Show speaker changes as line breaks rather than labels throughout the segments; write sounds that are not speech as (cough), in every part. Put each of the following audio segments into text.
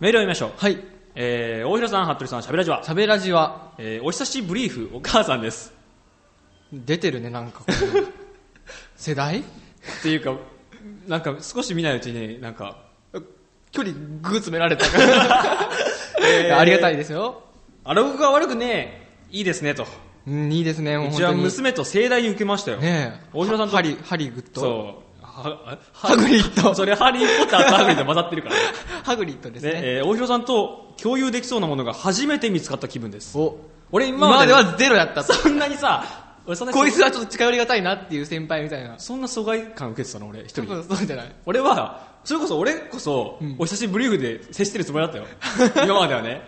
メールを見ましょう。
はい。
えー、大広さん、服部さん、しゃべらじは、
しゃべらじは、
えー、お久しぶりーふ、お母さんです。
出てるね、なんか (laughs) こう。世代
っていうか、なんか少し見ないうちに、なんか、
距離ぐー詰めら (laughs) れたから。ありがたいですよ。
アログが悪くねえ、いいですね、と。
うん、いいですね、もう
う
本
ちは
当に。
娘と盛大に受けましたよ。
ねえ。
大島さんと
ハリ、ハリグッド。
そう。は
ハグリッド
それハリー・ポッターとハグリッド混ざってるからね。
ハグリッドです
で、
ね。
えー大広さんと共有できそうなものが初めて見つかった気分です。
お、
俺
今
今ま
ま
で
ではゼロやったと。
そんなにさ、俺そんなに
こいつはちょっと近寄りがたいなっていう先輩みたいな。
そんな疎外感受けてたの俺一
多
人。
分そうじゃない。
俺は、それこそ俺こそ、お久しぶりーで接してるつもりだ (laughs) ったよ。今まではね。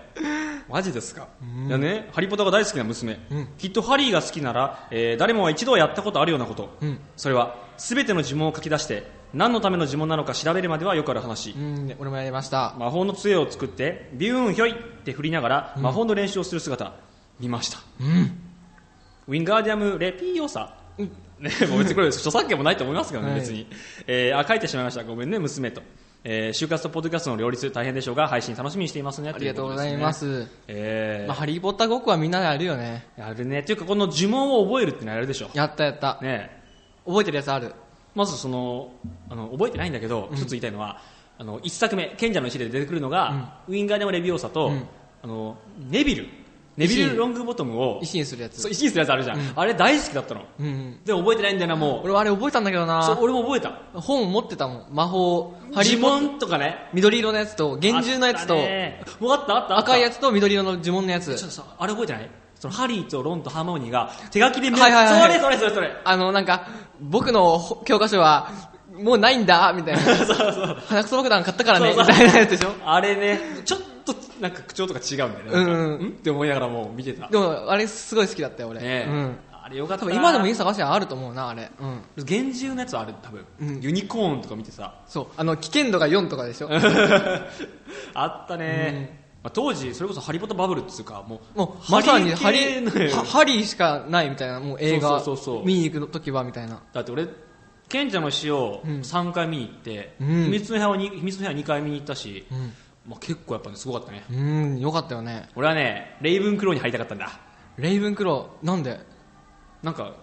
マジですか。いやね、ハリポタが大好きな娘。きっとハリーが好きなら、えー誰もが一度はやったことあるようなこと。
うん
それは、すべての呪文を書き出して、何のための呪文なのか調べるまではよくある話。
うん、俺もやりました。
魔法の杖を作ってビューンひょいって振りながら魔法の練習をする姿、見ました
うん。
ウィンガーディアム・レピーオサ、 (laughs) ね、もう別にこれ著作権もないと思いますけどね、
はい
別に、えーあ書いてしまいましたごめんね娘と、えー就活とポッドキャストの両立大変でしょうが配信楽しみにしていますね
ありがとうございま
ということです
す。
ねえ
まあ、ハリーポッターごっこはみんなであるよね。
ー、あるねっていうかこの呪文を覚えるってのはやるでしょ
やったやった。
ね
覚えてるやつある。
まずそのあの覚えてないんだけど、一つ言いたいのはあの一作目「賢者の石」で出てくるのが、ウィンガーデム・レビオーサと、
うん
あのネビルネビ
石
ル・ロングボトムを
石にするやつ
そう。石にするやつあるじゃん、あれ大好きだったの
うん。
でも覚えてないんだよなもう
俺はあれ覚えたんだけど
そう
な
俺も覚えた
本持ってたもん。魔法。ハリ
呪
ーポッ
文とかね
緑色のやつと、厳重のやつと
あっ、たねもうあったあったあった
赤いやつと緑色の呪文のや
ちょ
つ。
っとさあれ覚えてないそのハリーとロンとハーマオニーが手書きで見
はいはいはい
それそれそれそれ
あの、なんか、僕のほ教科書は、もうないんだ、みたいな。
(laughs) そうそう
花くそ爆弾買ったからね、
そう
み
そう
たいなやつでしょ。
あれねちょっとなんか口調とか違うんだよねなんか
うんうん
んって思いながらもう見てた
でも、あれすごい好きだったよ、俺。
ねえ、
うん。
あれよかった
多
な
分今でも家探しはあると思うな、あれ。うん。
厳重なやつはある多分、
うん
ユニコーンとか見てさ (laughs)
そう。あの、危険度が4とかでしょ。
あったね、まあ、当時それこそハリポタバブルっつうかもう
もう、まさにハリ
ー系の
ー、
よ
ハハリーしかないみたいな、もう映画
そうそうそうそう
見に行く時はみたいな。
だって俺賢者の死を
うん
3回見に行って、
うん
秘密の部屋をに秘密の部屋2回見に行ったし、まあ、結構やっぱねすごかったね
うん、うん、よかったよね。
俺はねレイブンクローに入りたかったんだ
レイブンクロー、なんで
なんか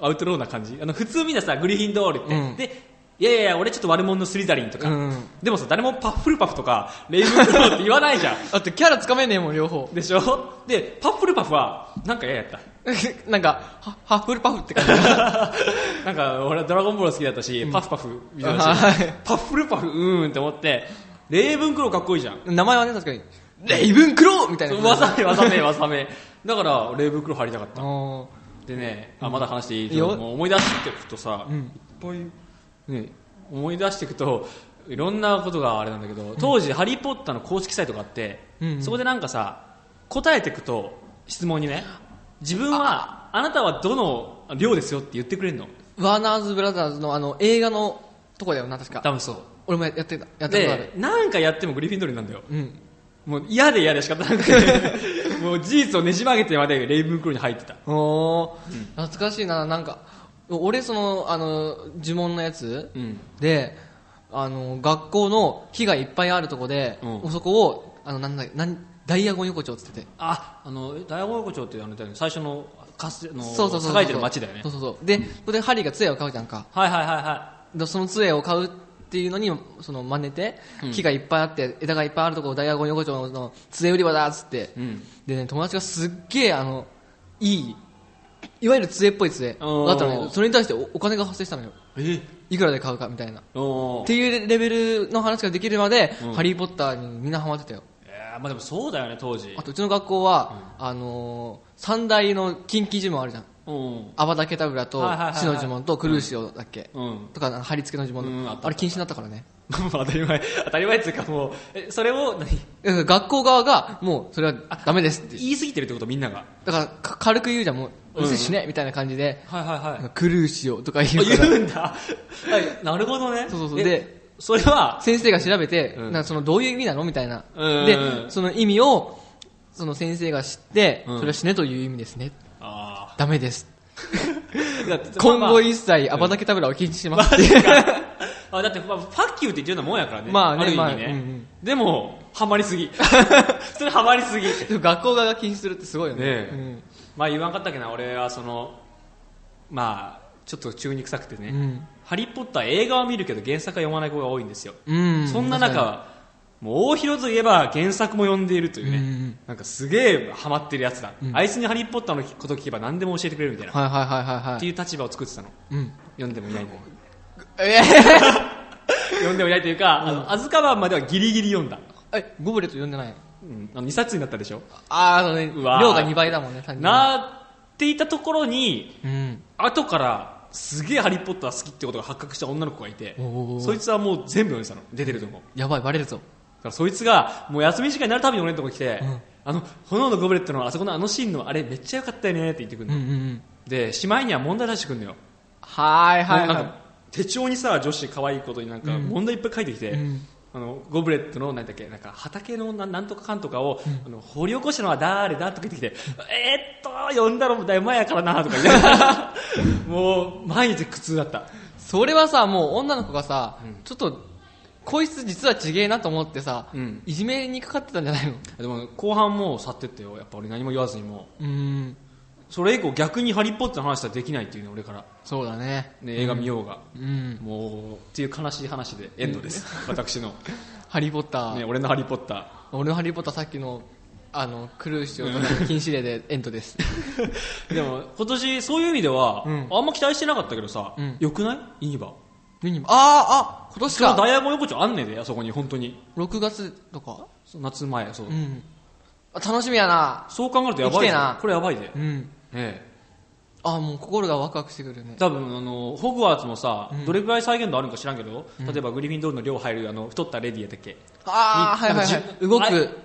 アウトローな感じあの普通みんなさグリフィンドールって、
うん
でいやいやいや俺ちょっと悪者のスリザリンとか、
うん
でもさ誰もパッフルパフとかレイブンクローって言わないじゃん (laughs)
だってキャラつかめねえもん、両方。 (laughs)
でしょで、パッフルパフは、なんか嫌やった。 (laughs)
なんか、ハハッフルパフって感じ。
なんか、俺はドラゴンボール好きだったし、パフパフみたいだし
はい、
パッフルパフ、うーんって思って、レイブンクローかっこいいじゃん。 (laughs)
名前はね、確かに、レイブンクロー (laughs) みたいな。
わさめ、わさ
(laughs)
め、わさめ。だから、レイブンクロー入りたかっ
あ
た。
ー
でね、あ、まだ話していい
いいよ
もう思い出していくとさ、いっぱい、ね、思い出していくと、いろんなことがあれなんだけど、当時、ハリー・ポッターの公式サイトがあって
うんう、ん
そこでなんかさ、答えていくと、質問にね、自分は、あなたはどの量ですよって言ってくれるの。
ワーナーズブラザーズのあの、映画のとこだよな、確か。
多分そ
俺もやってた、や
う
ったことある
で。なんかやってもグリフィンドリーなんだよ
うん。
もう嫌で嫌で仕方なく
(laughs)
てもう事実をねじ曲げてまでレイブンクローに入ってた
おー、懐かしいな、なんか、俺その、あの、呪文のやつ、
うん
で、あの、学校の木がいっぱいあるとこで、
うん
そこを、あの、なんだ、なんダイヤゴン横丁って言ってて。
ああの大和横丁ってあの最初のかすの
そうそうそうそう。
栄えてる街だよね
そうそうそう。で、ここでハリーが杖を買うじゃんか。
はいはいはいは
でその杖を買うっていうのに、その真似て、木がいっぱいあって、枝がいっぱいあるとこダイヤゴン横丁のの杖売り場だっつって、
いうん
でね、友達がすっげえ、あの、いい、いわゆる杖っぽい杖
おー
だったのね。それに対しておお金が発生したのよ。
え
いくらで買うかみたいな。っ
お
ていうレベルの話ができるまで、
うん
ハリー・ポッターにみんなハマってたよ。
えーまあでもそうだよね当時
あと、うちの学校は、あのー、三大の近畿呪文あるじゃん。
うん
アバダケタブラと
はいはいはいは、い
死の呪文と、クルーシオだっけ
うん (laughs)
とか、貼り付けの呪
うん
文
あった
あれ禁止になったからね。
当たり前当たり前っていうかもうえそれを何
だから学校側が、もう、それはダメですって。
言い過ぎてるってことみんなが
だからか、軽く言うじゃん、もう、
うん
うせしねみたいな感じで、
はいはいはい
クルーシオとか言うから
あ言うんだはいなるほどね
そうそうそう
え
で
それは
先生が調べて、
うん
なんかそのどういう意味なのみたいな、
うん
でその意味をその先生が知って、
うん
それは死ねという意味ですね
あ
ダメです
ーだって
今
(laughs) まあま
後
あ
一切アバタケタブラを禁止します、
マジかあだって、まあ、ファッキューって言ってるようなもんやからね。
まあね
る意
まあ
味ね。
うんうん
でも、ハマり
(laughs)
すぎそれハマりすぎね
でも学校側が禁止するってすごいよね
え、
うん
まあ言わんかったっけな俺はそのまあちょっと中に臭くてね、
うん
ハリー・ポッター」映画は見るけど原作は読まない子が多いんですよ、
うん
そんな
確か
中もう大広といえば原作も読んでいるというね、
うんうん
なんかすげえハマってるやつだ、あいつに「ハリー・ポッター」のこと聞けば何でも教えてくれるみたいな、
にはいはいはいはいは
って
い
いう立場を作ってたの
うん
読んでもいないのに
え
読んでもいないというか、あの、アズカバンまではギリギリ読んだ。
ーえゴブレット読んでない
うん、あの、2冊になったでしょ。
あああのね
うわー
量が2倍だもんね単純に
なっていたところに、
うん
後から、すげえハリー・ポッター好きってことが発覚した女の子がいて
おー、
そいつはもう全部読んでたの。出てるとこ。
やばいバレるぞ
だからそいつが、もう休み時間になるたびに俺のとこ来て、
ん
あの、炎のゴブレットのあそこのあのシーンのあれめっちゃ良かったよねって言ってくる
うん
の。
うんうん
で、しまいには問題出してくるのよ。
はーいはい
なん
は
か手帳にさ女子可愛いことになんか問題いっぱい書いてきて、
うん
あのゴブレットのなんだっけなんか畑のななんとかかんとかを、あの掘り起こしたのは誰だとか言ってきて、えーっと呼んだのもだいぶ前やからなとか言って
(laughs)
もう毎日苦痛だった
いそれはさもう女の子がさちょっとこいつ実はちげえなと思ってさ
うん
いじめにかかってたんじゃないの
でも後半もう去ってってよやっぱ俺何も言わずにも
うん
それ以降逆に「ハリー・ポッター」の話はできないっていうね俺から、
そうだね
ね、映画見ようが、
うん
もうっていう悲しい話でエンドです、 (laughs) 私の、
ハリー・ポッター、
ね、俺の「ハリー・ポッター」
俺のハリー・ポッターさっきのあのクルーシオと禁止令でエントです
(laughs) でも今年そういう意味では、
うん
あんま期待してなかったけどさ、
うん
よくないいいわ
ユニバあーあ今年
その
か
ダイヤゴン横丁あんねんであそこに本当に
6月とか
そう夏前そう、
うんあ楽しみやな
そう考えるとやば
行き
い
て
で
えな
これやばいで、
うん
え
あもう心がワクワクしてくるね
え多分あのホグワーツもさ、どれぐらい再現度あるのか知らんけど、例えばグリフィンドールの寮入るあの太ったレディやったっけ
ああ
に
はいはい
な
は
んか
い
じ
動
あ
く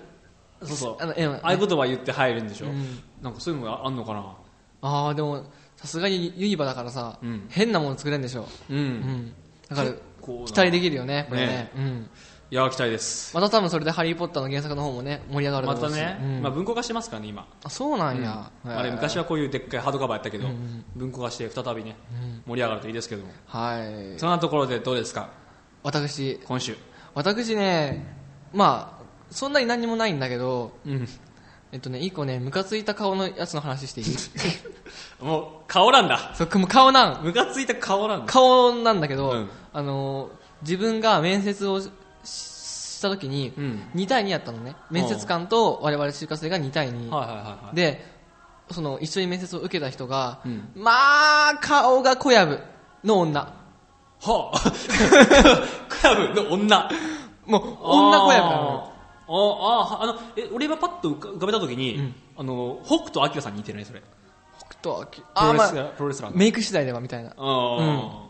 そうそう
あの絵はね
ああいう言葉言って入るんでしょ、
うん
なんかそういうのがあんのかな
ああでもさすがにユニバだからさ、
うん
変なもの作れんでしょ
うん、
うんだから
こう
期待できるよねこれね
ね
うん、
いや期待です
また多分それで「ハリー・ポッター」の原作の方もね盛り上がるだ
ま
ろ
た
うし
ね、
うん
まあ、文庫化してますからね今
あそうなんや、へー
あれ昔はこういうでっかいハードカバーやったけど、文庫化して再びね、盛り上がるといいですけども、
はい
そんなところでどうですか
私
今週
私ねまあそんなに何もないんだけど
うん
えっとね一個ねムカついた顔のやつの話していい (laughs)
もう顔なんだ
そっかもう顔なん
ムカついた顔なんだ
顔なんだけど、
うん
あの自分が面接をしした時に、
うん
2対2やったのね面接官と我々就活生が2対2、
はいはいはいはい
でその一緒に面接を受けた人が、
うん
まあ顔が小籔の女
はあ (laughs) クラブの女
もう女小籔なのよ
あーあーあのえ俺がパッと浮か浮かべた時に、
ん
あの北斗晶さんに似てるねそれ
北斗晶
プ
あ
ロ
ー、
レス
ま
ラープロレスラ
あ、
ーの
メイク次第ではみたいな
あ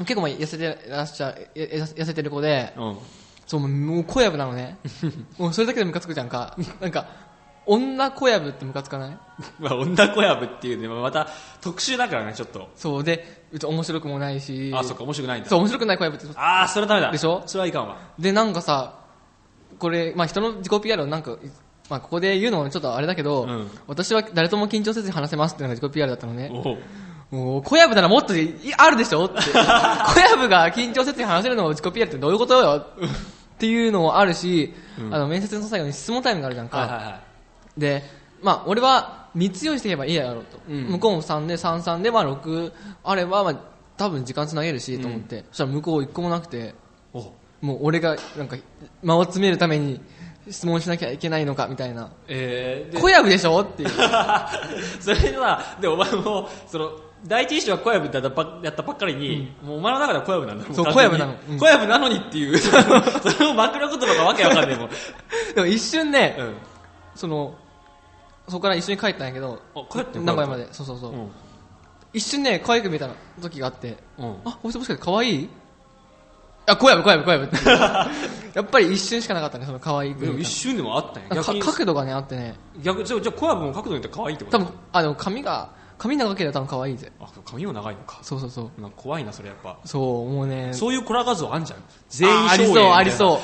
結構まあ痩せてらっしゃええ痩せてる子で
ーうん
そうもうもう小籔なの
(laughs)
ねもうそれだけでムカつくじゃんかなんか女小籔ってムカつかない
(laughs) まあ、女小籔っていうねまた特殊だからねちょっと
そうで別に面白くもないし
あそっか面白くないんだ
そう面白くない小籔って
ああそれはダメだ
でしょ
それはいかんわ
でなんかさこれ、まあ、人の自己 PR をなんか、まあ、ここで言うのもちょっとあれだけど、
うん
私は誰とも緊張せずに話せますっていうのが自己 PR だったのね
おう
もう小籔ならもっといあるでしょって
(laughs)
小籔が緊張せずに話せるのを自己 PR ってどういうことよっていうのもあるし、あの面接の最後に質問タイムがあるじゃんか、
はいはいはい
で、まあ、俺は3つ用意していけばいいやろうと、
うん
向こうも3で33で、まあ、6あれば、まあ、多分時間つなげるしと思って、そしたら向こう1個もなくて
おう
もう俺がなんか間を詰めるために質問しなきゃいけないのかみたいな
えー、で (laughs)
小籔でしょっていう
それではでお前もその第一印象は小籔だったばやったばっかりに、もうお前の中では小籔なんだも
そう
完全に
小籔なのうん
小籔なのにっていう
(laughs)
その枕言葉がわけわかんないもん、
でも一瞬ね、
うん、
そのそこから一緒に帰ったんやけど
あ帰ったの
名古屋までそうそうそう、
うん、
一瞬ね可愛く見えた時があって
うん、
あこいつもしかして可愛いあ小籔小籔小籔ってやっぱり一瞬しかなかったねその可愛いく見
で
えた
も
の
一瞬でもあったんや
なん
逆
か
に
角度がねあってね
逆じゃあじゃあ小籔も角度によって可愛いってこ
多
と
分あの髪が髪長ければ多分可愛いぜ
あ髪も長いのか
そうそうそう
なんか怖いなそれやっぱ
そうもうね
そういうコラ画像あんじゃん全員
あありそうあり
う
そ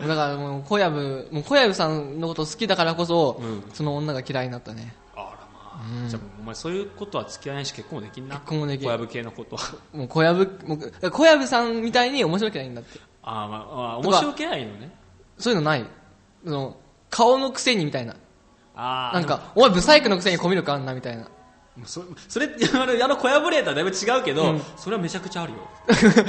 うだからもう (laughs) 小籔もう小籔さんのこと好きだからこそ、
うん
その女が嫌いになったね
あらまあ、じゃあお前そういうことは付き合いないし結婚もできんな
結婚もできん
小籔系のこと
(laughs)
は
もう小籔もう小籔さんみたいに面白くないんだって
あーまあまあ面白けないのね
そういうのないその顔のくせにみたいな
ああ
なんかお前ブサイクのくせにコミュ力あんなみたいな
そそれあのあの小破れたらだいぶ違うけど、
うん
それはめちゃくちゃある
(laughs)
よ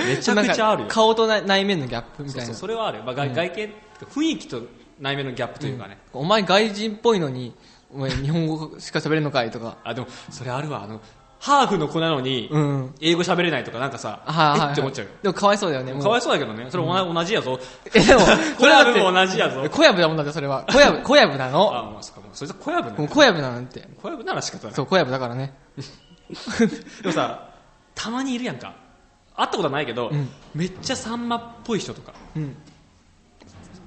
めちゃくちゃある
なん
よ
か顔とな内面のギャップみ
そ
た
う
い
そ
な
うそれはある、まあ、外外見雰囲気と内面のギャップというかね、
お前外人っぽいのにお前日本語しか喋れんのかいとか
あでもそれあるわあのハーフの子なのに
うん
英語喋れないとかなんかさ、
はいはい
えって思っちゃうよ
でもかわいそうだよねもう
かわいそうだけどねそれ同じ,、同じやぞ
え
(laughs)
でも
小
だ
籔
って
も同じやぞ
小籔だもんだってそれは小
(laughs)
籔小籔なの
あもうそっかもうそれじゃ小籔
もう
ね
小籔なのって
小籔なら仕方ない
そう小籔だからね
でもさたまにいるやんか会ったことはないけど、
うん
めっちゃさんまっぽい人とか
うん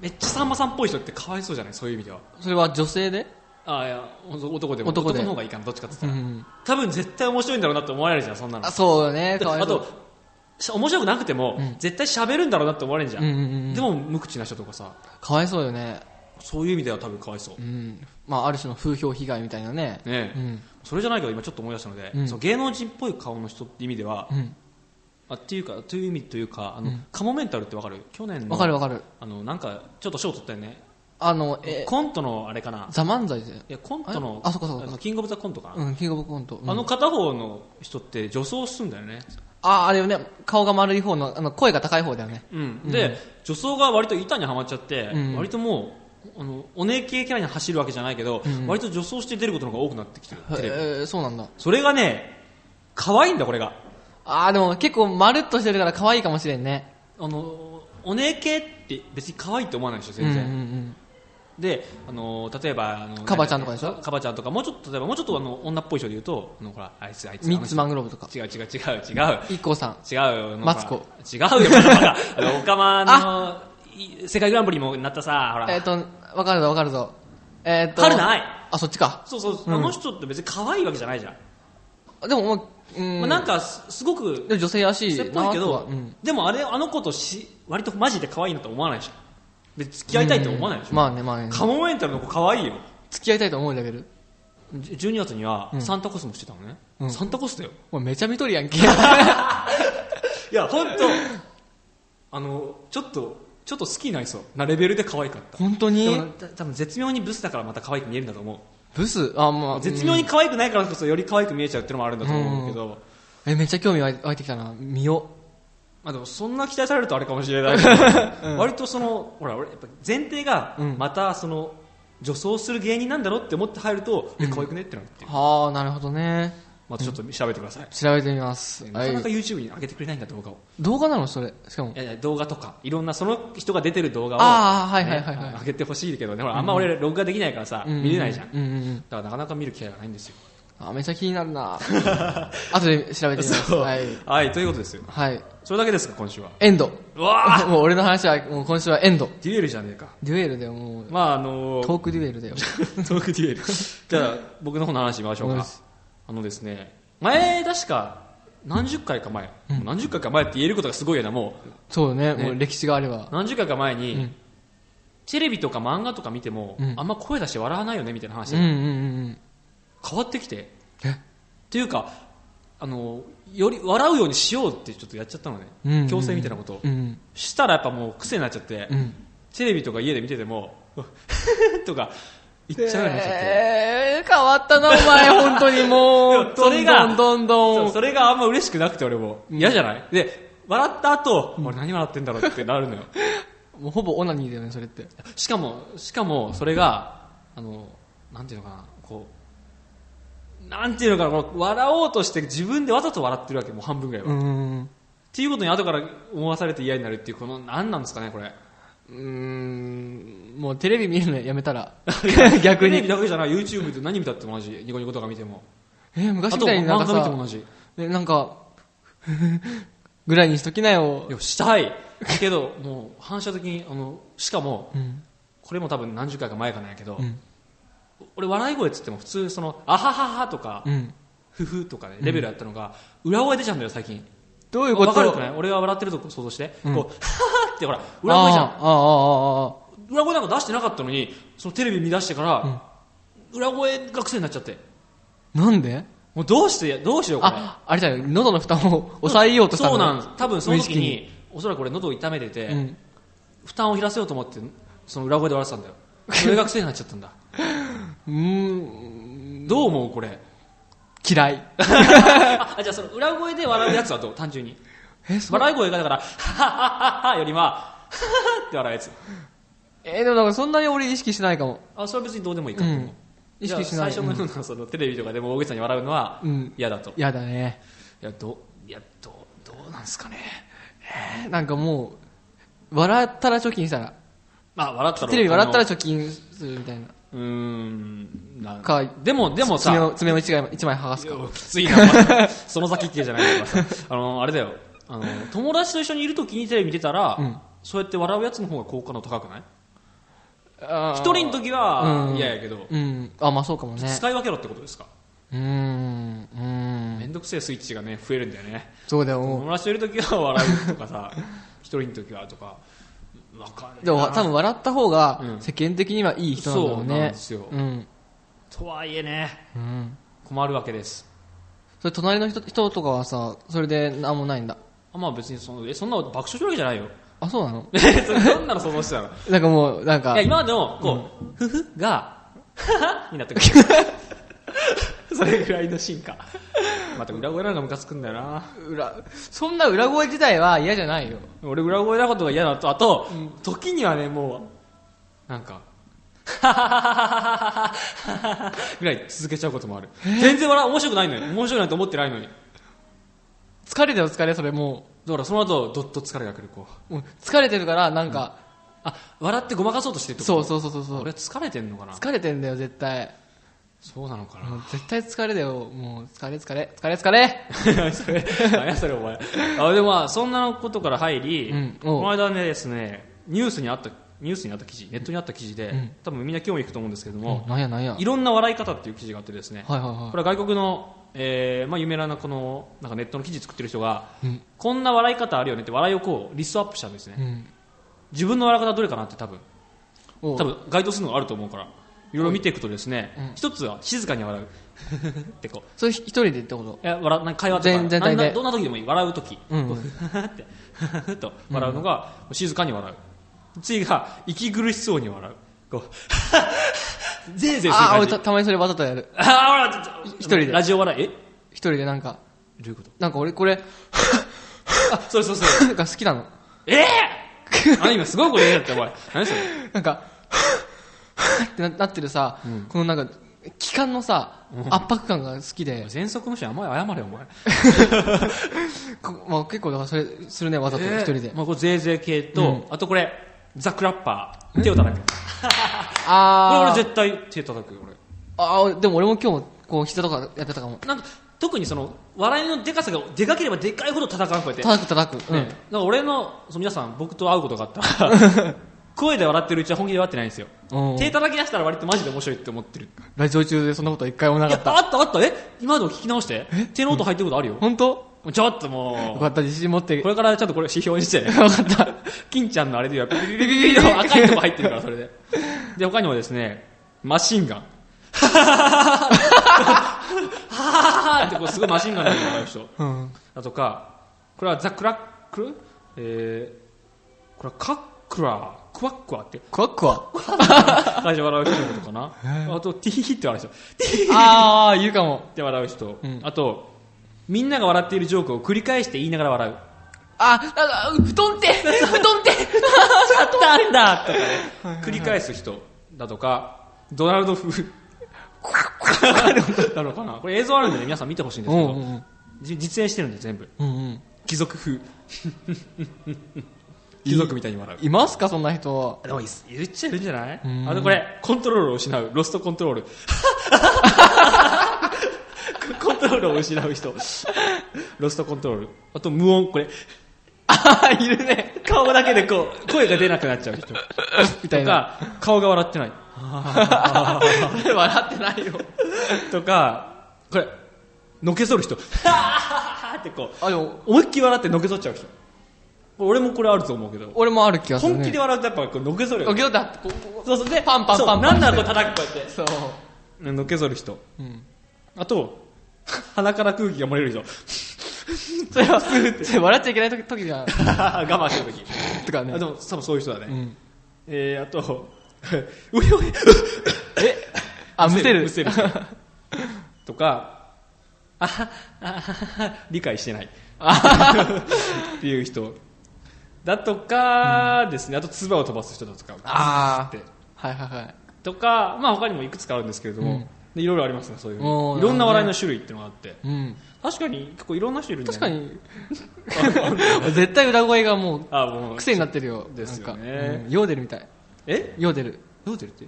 めっちゃさんまさんっぽい人ってかわいそうじゃないそういう意味では
それは女性で
あいや男でも
男で
の方がいいかなどっちかって言
う
ったら、
ん
多分絶対面白いんだろうなって思われるじゃんそんなの
あそうだねかわい
あ
そう
とし面白くなくても、
うん
絶対喋るんだろうなって思われるじゃん,、
うんうんうん
でも無口な人とかさ
かわいそうよね
そういう意味では多分かわいそう、
うんまあある種の風評被害みたいなね
ねえ
うん
それじゃないけど今ちょっと思い出したので、
うん
その芸能人っぽい顔の人って意味では、
うん
あっていうかという意味というかあの、カモメンタルってわかる去年の
わかるわかる
あのなんかちょっと賞取ったよね
あのえ
コントのあれかな
ザ・漫才で
いやコントの
あれあそっかそっか
のキングオブザコントかな、
うんキングオブコントうん
あの片方の人って女装するんだよね、
ああれよね顔が丸い方のあの声が高い方だよね
うん、で、女装が割と板にはまっちゃって、
うん
割ともうあのお姉系キャラに走るわけじゃないけど、割と女装して出ることの方が多くなってきてる
へ
テレビ
えそうなんだ
それがね可愛いんだこれが
ああでも結構まるっとしてるから可愛いかもしれんね
あのお姉系って別に可愛いって思わないでしょ全然、
うんうんうん
であの例えばあの
カバちゃんとかでしょ
カバちゃんとかもうちょっと例えばもうちょっとあの女っぽい人で言うとあのほらあいつあいつ
ミッツマングローブとか
あの人違う違う違う違う
IKKO さん
違うよ
マツコ
違うよまだまだあのオカマのい世界グランプリにもなったさほら、
えっ、とわかるぞわかるぞえっ、と
春菜愛
あそっちか
そうそう、あの人って別に可愛いわけじゃないじゃん、
でももう、うん
まあ、なんかすすごく
でも女性らしい
癖っぽいけ
なとは
ど、
うん、
でもあれあの子とし割とマジで可愛いなと思わないでしょ別に付き合いたいと思わないでしょ、
まあねまあね
カモメンタルの子可愛いよ
付き合いたいと思うレベル
じゅ12月には
ん
サンタコスもしてたのね、
うん
サンタコスだよ
もうめちゃ見とるやんけ
いや本当あのちょっとちょっと好きになりそうなレベルで可愛かった
(laughs) 本当
で
に
もた多分絶妙にブスだからまた可愛く見えるんだと思
ブスあまあ
う絶妙
うん
に可愛くないからこそより可愛く見えちゃうってのもあるんだと思うけど、
えめっちゃ興味湧い湧いてきたな見よ
まあ、でもそんな期待されるとあれかもしれないけど、 (laughs) 割とそのほら俺やっぱ前提が
うん
またその女装する芸人なんだろうって思って入ると、え可愛くねってなるっていう
はあなるほどね
またちょっと調べてください、
調べてみます、
なかなか
はい
YouTube に上げてくれないんだ動画を
動画なのそれしかも
いやいや動画とかいろんなその人が出てる動画を、
ああはいはいはいはい
ね上げてほしいけどねほらあんま俺録画できないからさ、
うん
見れないじゃん、だ
うんうんうん
からなかなか見る機会がないんですよ
あめっちゃ気になるな
(laughs)
後で調べてみます
そう
はい、
(laughs) はい、ということですよ
はい、
それだけですか今週は
エンド
うわあ
(laughs) もう俺の話はもう今週はエンド
(laughs) デュエルじゃねえか
デュエルだよもう
まああのー
トークデュエルだよ
トークデュ
(laughs)
エル。じゃあ、僕の方の話しましょう
お願い
か
し。
あのですね、前、確か、何十回か前、もう何十回か前って言えることがすごいよな、も
そうね
ね
もう歴史があれば
う、何十回か前に、
うん
テレビとか漫画とか見ても、
うん
あんま声出して笑わないよね、みたいな話、
うんうんうん
変わってきて。
え
っていうか、あの、より笑うようにしようってちょっとやっちゃったのね。
うんうんうん
強制みたいなことを
うんうん
したらやっぱもう癖になっちゃって、
うん
テレビとか家で見てても、 (laughs) とか、言っちゃうようになっちゃって。
えー、変わったなお
(laughs)
前本当にも
でも
う
それが
どん
そ
どんどん
う
どん
それがあんま嬉しくなくて俺も嫌じゃない、で笑った後、俺何笑ってんだろうってなるの
(laughs)
よ
もうほぼオナニーだよねそれって
しかもしかもそれがあのなんていうのかなこうなんていうのかなこう笑おうとして自分でわざと笑ってるわけもう半分ぐらいは、
う
っ
んう
ていうことに後から思わされて嫌になるっていうこの何なんですかねこれ
ーんもうテレビ見るのやめ
(laughs)
たら逆
テレビ
に
だけじゃない YouTube で何見たっても同じニコニコとか見ても
(laughs) えー昔
あ
み
と
たいに
漫
なん
画
か
見て
さ
も同じ
ねなんかぐらいにしときなよ
いやしたいけどもう反射的にあのしかも
うん
これも多分何十回か前かなんやけど、
うん
俺笑い声っつっても普通その「あははは」とか
うん
「ふふ」とかねレベルやったのが裏声出ちゃうんだよ最近
どういうこ
わ
と
かるくない俺が笑ってるとこ想像して
うん
こう「はは」ってほら裏声じゃん
あーあーあーあー
裏声なんか出してなかったのにそのテレビ見出してから裏声が癖になっちゃって
なんで
もうどうしてどうしようこれ
あ、あれだよ、喉の負担を抑えようとした
そ
ん
う
だ
な
ね
ん多分その時
無意識に
におそらく俺喉を痛めてて
うん。
負担を減らせようと思ってその裏声で笑ってたんだよそれが癖になっちゃったんだ
うーん、
どう思うこれ (laughs)
嫌い。
ああじゃあその裏声で笑うやつはどう単純に
え、そ
笑い声がだから「ははははは」よりは「はは」って笑うやつ
えでもなんかそんなに俺意識してないかも。
あそれは別にどうでもいいか
う。
と思うん
意識し
じゃ
な
あ
い。
最初のようなそのテレビとかでも大げさに笑うのは
うん
嫌だと、い
やだね。
やどいやどうどうなんですかね
えーなんかもう、笑ったら貯金したら。
まあ笑ったら
テレビ笑ったら
あ
貯金するみたいな。
のうーんなん
か
でもでもさ
爪を、爪を一枚一枚剥がすか。
いやきついなその先行けじゃないからさあのあれだよあの友達と一緒にいる時にテレビ見てたら、
うん
そうやって笑うやつの方が好感度高くない
あー
一人の時は
うん
嫌やけど、
うん。あ、まあそうかもね。
使い分けろってことですか
うーん。うー
め
ん。
んどくせえスイッチがね増えるんだよね
そうだよ。もう
友達といる時は笑うとかさ (laughs) 一人の時はとかわかんない
でも多分笑った方が
うん
世間的にはいい人なんだろうね。
そうなんですよ
うん。
とはいえね
うん。
困るわけです
それ隣の人人とかはさ、それで何もないんだ。
あまあ別にそのえそんな爆笑してるわけじゃないよ (laughs)
あ、そうなの
えそれどんなの想像してたの
なんかもう、なんか
いや、今までの、こう、ふふが、ははになってくる。それぐらいの進化。また裏声なんかムカつくんだよな。
裏、そんな裏声自体は嫌じゃないよ。
俺裏声なことが嫌だと、あと、時にはね、もう、なんか、ははははははぐらい続けちゃうこともある。全然笑う、面白くないのよ。面白くないと思ってないのに。
疲れてお疲れ、それも
だからその後、どっと疲れが来る、こう。
う。もう疲れてるから、なんか、
あ、笑ってごまかそうとしてるってこ
そ
と
うそうそうそうそ
俺
う。
疲れてんのかな
疲れてんだよ、絶対。
そうなのかな
もう絶対疲れだよ。もう、疲れ疲れ、疲れ疲れ。
それ、 (laughs) 何やそれお前。あでもまあ、そんなことから入り、
うん
この間ねですね、ニュースにあった、ニュースにあった記事、ネットにあった記事で、
ん
多分みんな興味いくと思うんですけども、
なんやなんや。はい
いろんな笑い方っていう記事があってですね、
はいは
これは外国の、えーまあ、有名なこのなんかネットの記事作ってる人が、
うん
こんな笑い方あるよねって笑いをこうリストアップしたんですね、
い。うん。
自分の笑い方どれかなって多分
おう
多分該当するのがあると思うからいろいろ見ていくとですね、
うん
一つは静かに笑う (laughs) ってこう
それひ一人でってこと
いや笑うなんか会話とか
全全体で
なんなどんな時でもいい笑う時、
うん
こうってと笑うのが、静かに笑う次が息苦しそうに笑うこう (laughs) ぜーぜーする
ああ、
感
俺
じ
たたまにそれわざとやる。
あー笑う
一人で
ラジオ笑いえど
一人でなんか、
ういうこと
なんか俺これ、
あそれ
(laughs)
それそれ
が好きなの。
ええー、あ今すごい声出ちゃったお前何それ
なんか、ってななってるさ、このなんか、気管のさ、圧迫感が好きで、
喘息の人あんまり謝れお前
こまあ、結構だからそれするね、わざと一人で。
まあ、こうぜーぜー系と、あとこれザ・クラッパー手を叩くこれ俺
あー
絶対手叩くよ俺
あー、でも俺も今日、こう膝とかやってたかも。
なんか特にその笑いのでかさがでかければでかいほど戦うこうやって、ね、
叩く叩く。う
だ
ん
か。ら俺のその皆さん僕と会うことがあった
(laughs)
ら声で笑ってるうちは本気で笑ってないんですよ
うん
手叩き出したら割とマジで面白いって思ってる
ラジオ中でそんなこと一回もないか
や
った。
あったあったえ今の聞き直して手の音入ってることあるよ、
(laughs) 本当
ちょっと
よ
も
かった、自信持って。
うこれからちょっとこれ指標にしてね
わかった。
(laughs) 金ちゃんのあれでやっぱビビビビビの赤いとこ入ってるからそれでで他にもですねマシン
(laughs)
ガン (laughs) はぁはぁはぁはぁはぁはぁってこうすごいマシンガンで笑う人
うん。
だとかこれはザ・クラックル、えー、これはカックラークワックワって
クワックワ。
会社笑う人のことかなあとティヒヒって笑う人ティヒヒっ
あー、言うかも。
て笑う人、
うん
あとみんなが笑っているジョークを繰り返して言いながら笑う
あ、なんか、布団 (laughs) って布団って
あったんだとかね繰り返す人だとかドナルド風なのかなこれ映像あるんでね皆さん見てほしいんです
うん
け
う
ど
ん
じ実演してるんで全部
うんうん。
貴族風 (laughs) 貴族みたいに笑う
いますか、そんな (laughs) 人。
でも言っちゃいるんじゃない
ん
あとこれコントロールを失うロストコント
(laughs)
ロールコントロールを失う人ロストコントロールあと無音これ
あー、いるね。
顔だけでこう声が出なくなっちゃう人
みた
と
い (laughs) な。
か顔が笑ってない
笑ってないよ。
とかこれのけぞ
(laughs)
る人ってこう
あ、でも、
思いっきり笑ってのけぞっちゃう人俺もこれあると思うけど
俺もある気がする、ね。
本気で笑うとやっぱこうのけぞるよ
ギョだってこう、
そうそうで
パンパン
そう
パンパン
なんならこう叩くこうやっ
そう。
てのけぞる人
うん。
あと、 (laughs) 鼻から空気が漏れる人。 (laughs) それは、
それ笑っちゃいけない時時じゃん。
我慢してる時。
とかね
あ、で。も、多分そういう人だ
う
ね。
ん。
えー、あと、 (laughs) うえうえ、え
あ、むせる。
むせる。 (laughs) とか、あは、あは、理解してない。っていう人。だとかですね、あと、唾を飛ばす人だとか。
あ
っ
あ
て。
はいはいはい。
とか、まあ他にもいくつかあるんですけれども、
うん
でいろいろありますね、そういう
おー
いろんな
な
笑
る
い
ほどね
の種類っていうのがあって。
うん。
確かに、結構いろんな人いるんだよ
確か
ね。
に、絶対裏声がもう、
あ、もう。
癖になってるよ。
ですよね
なんかうんヨーデルみたい。
え
ヨーデル。
どう出るって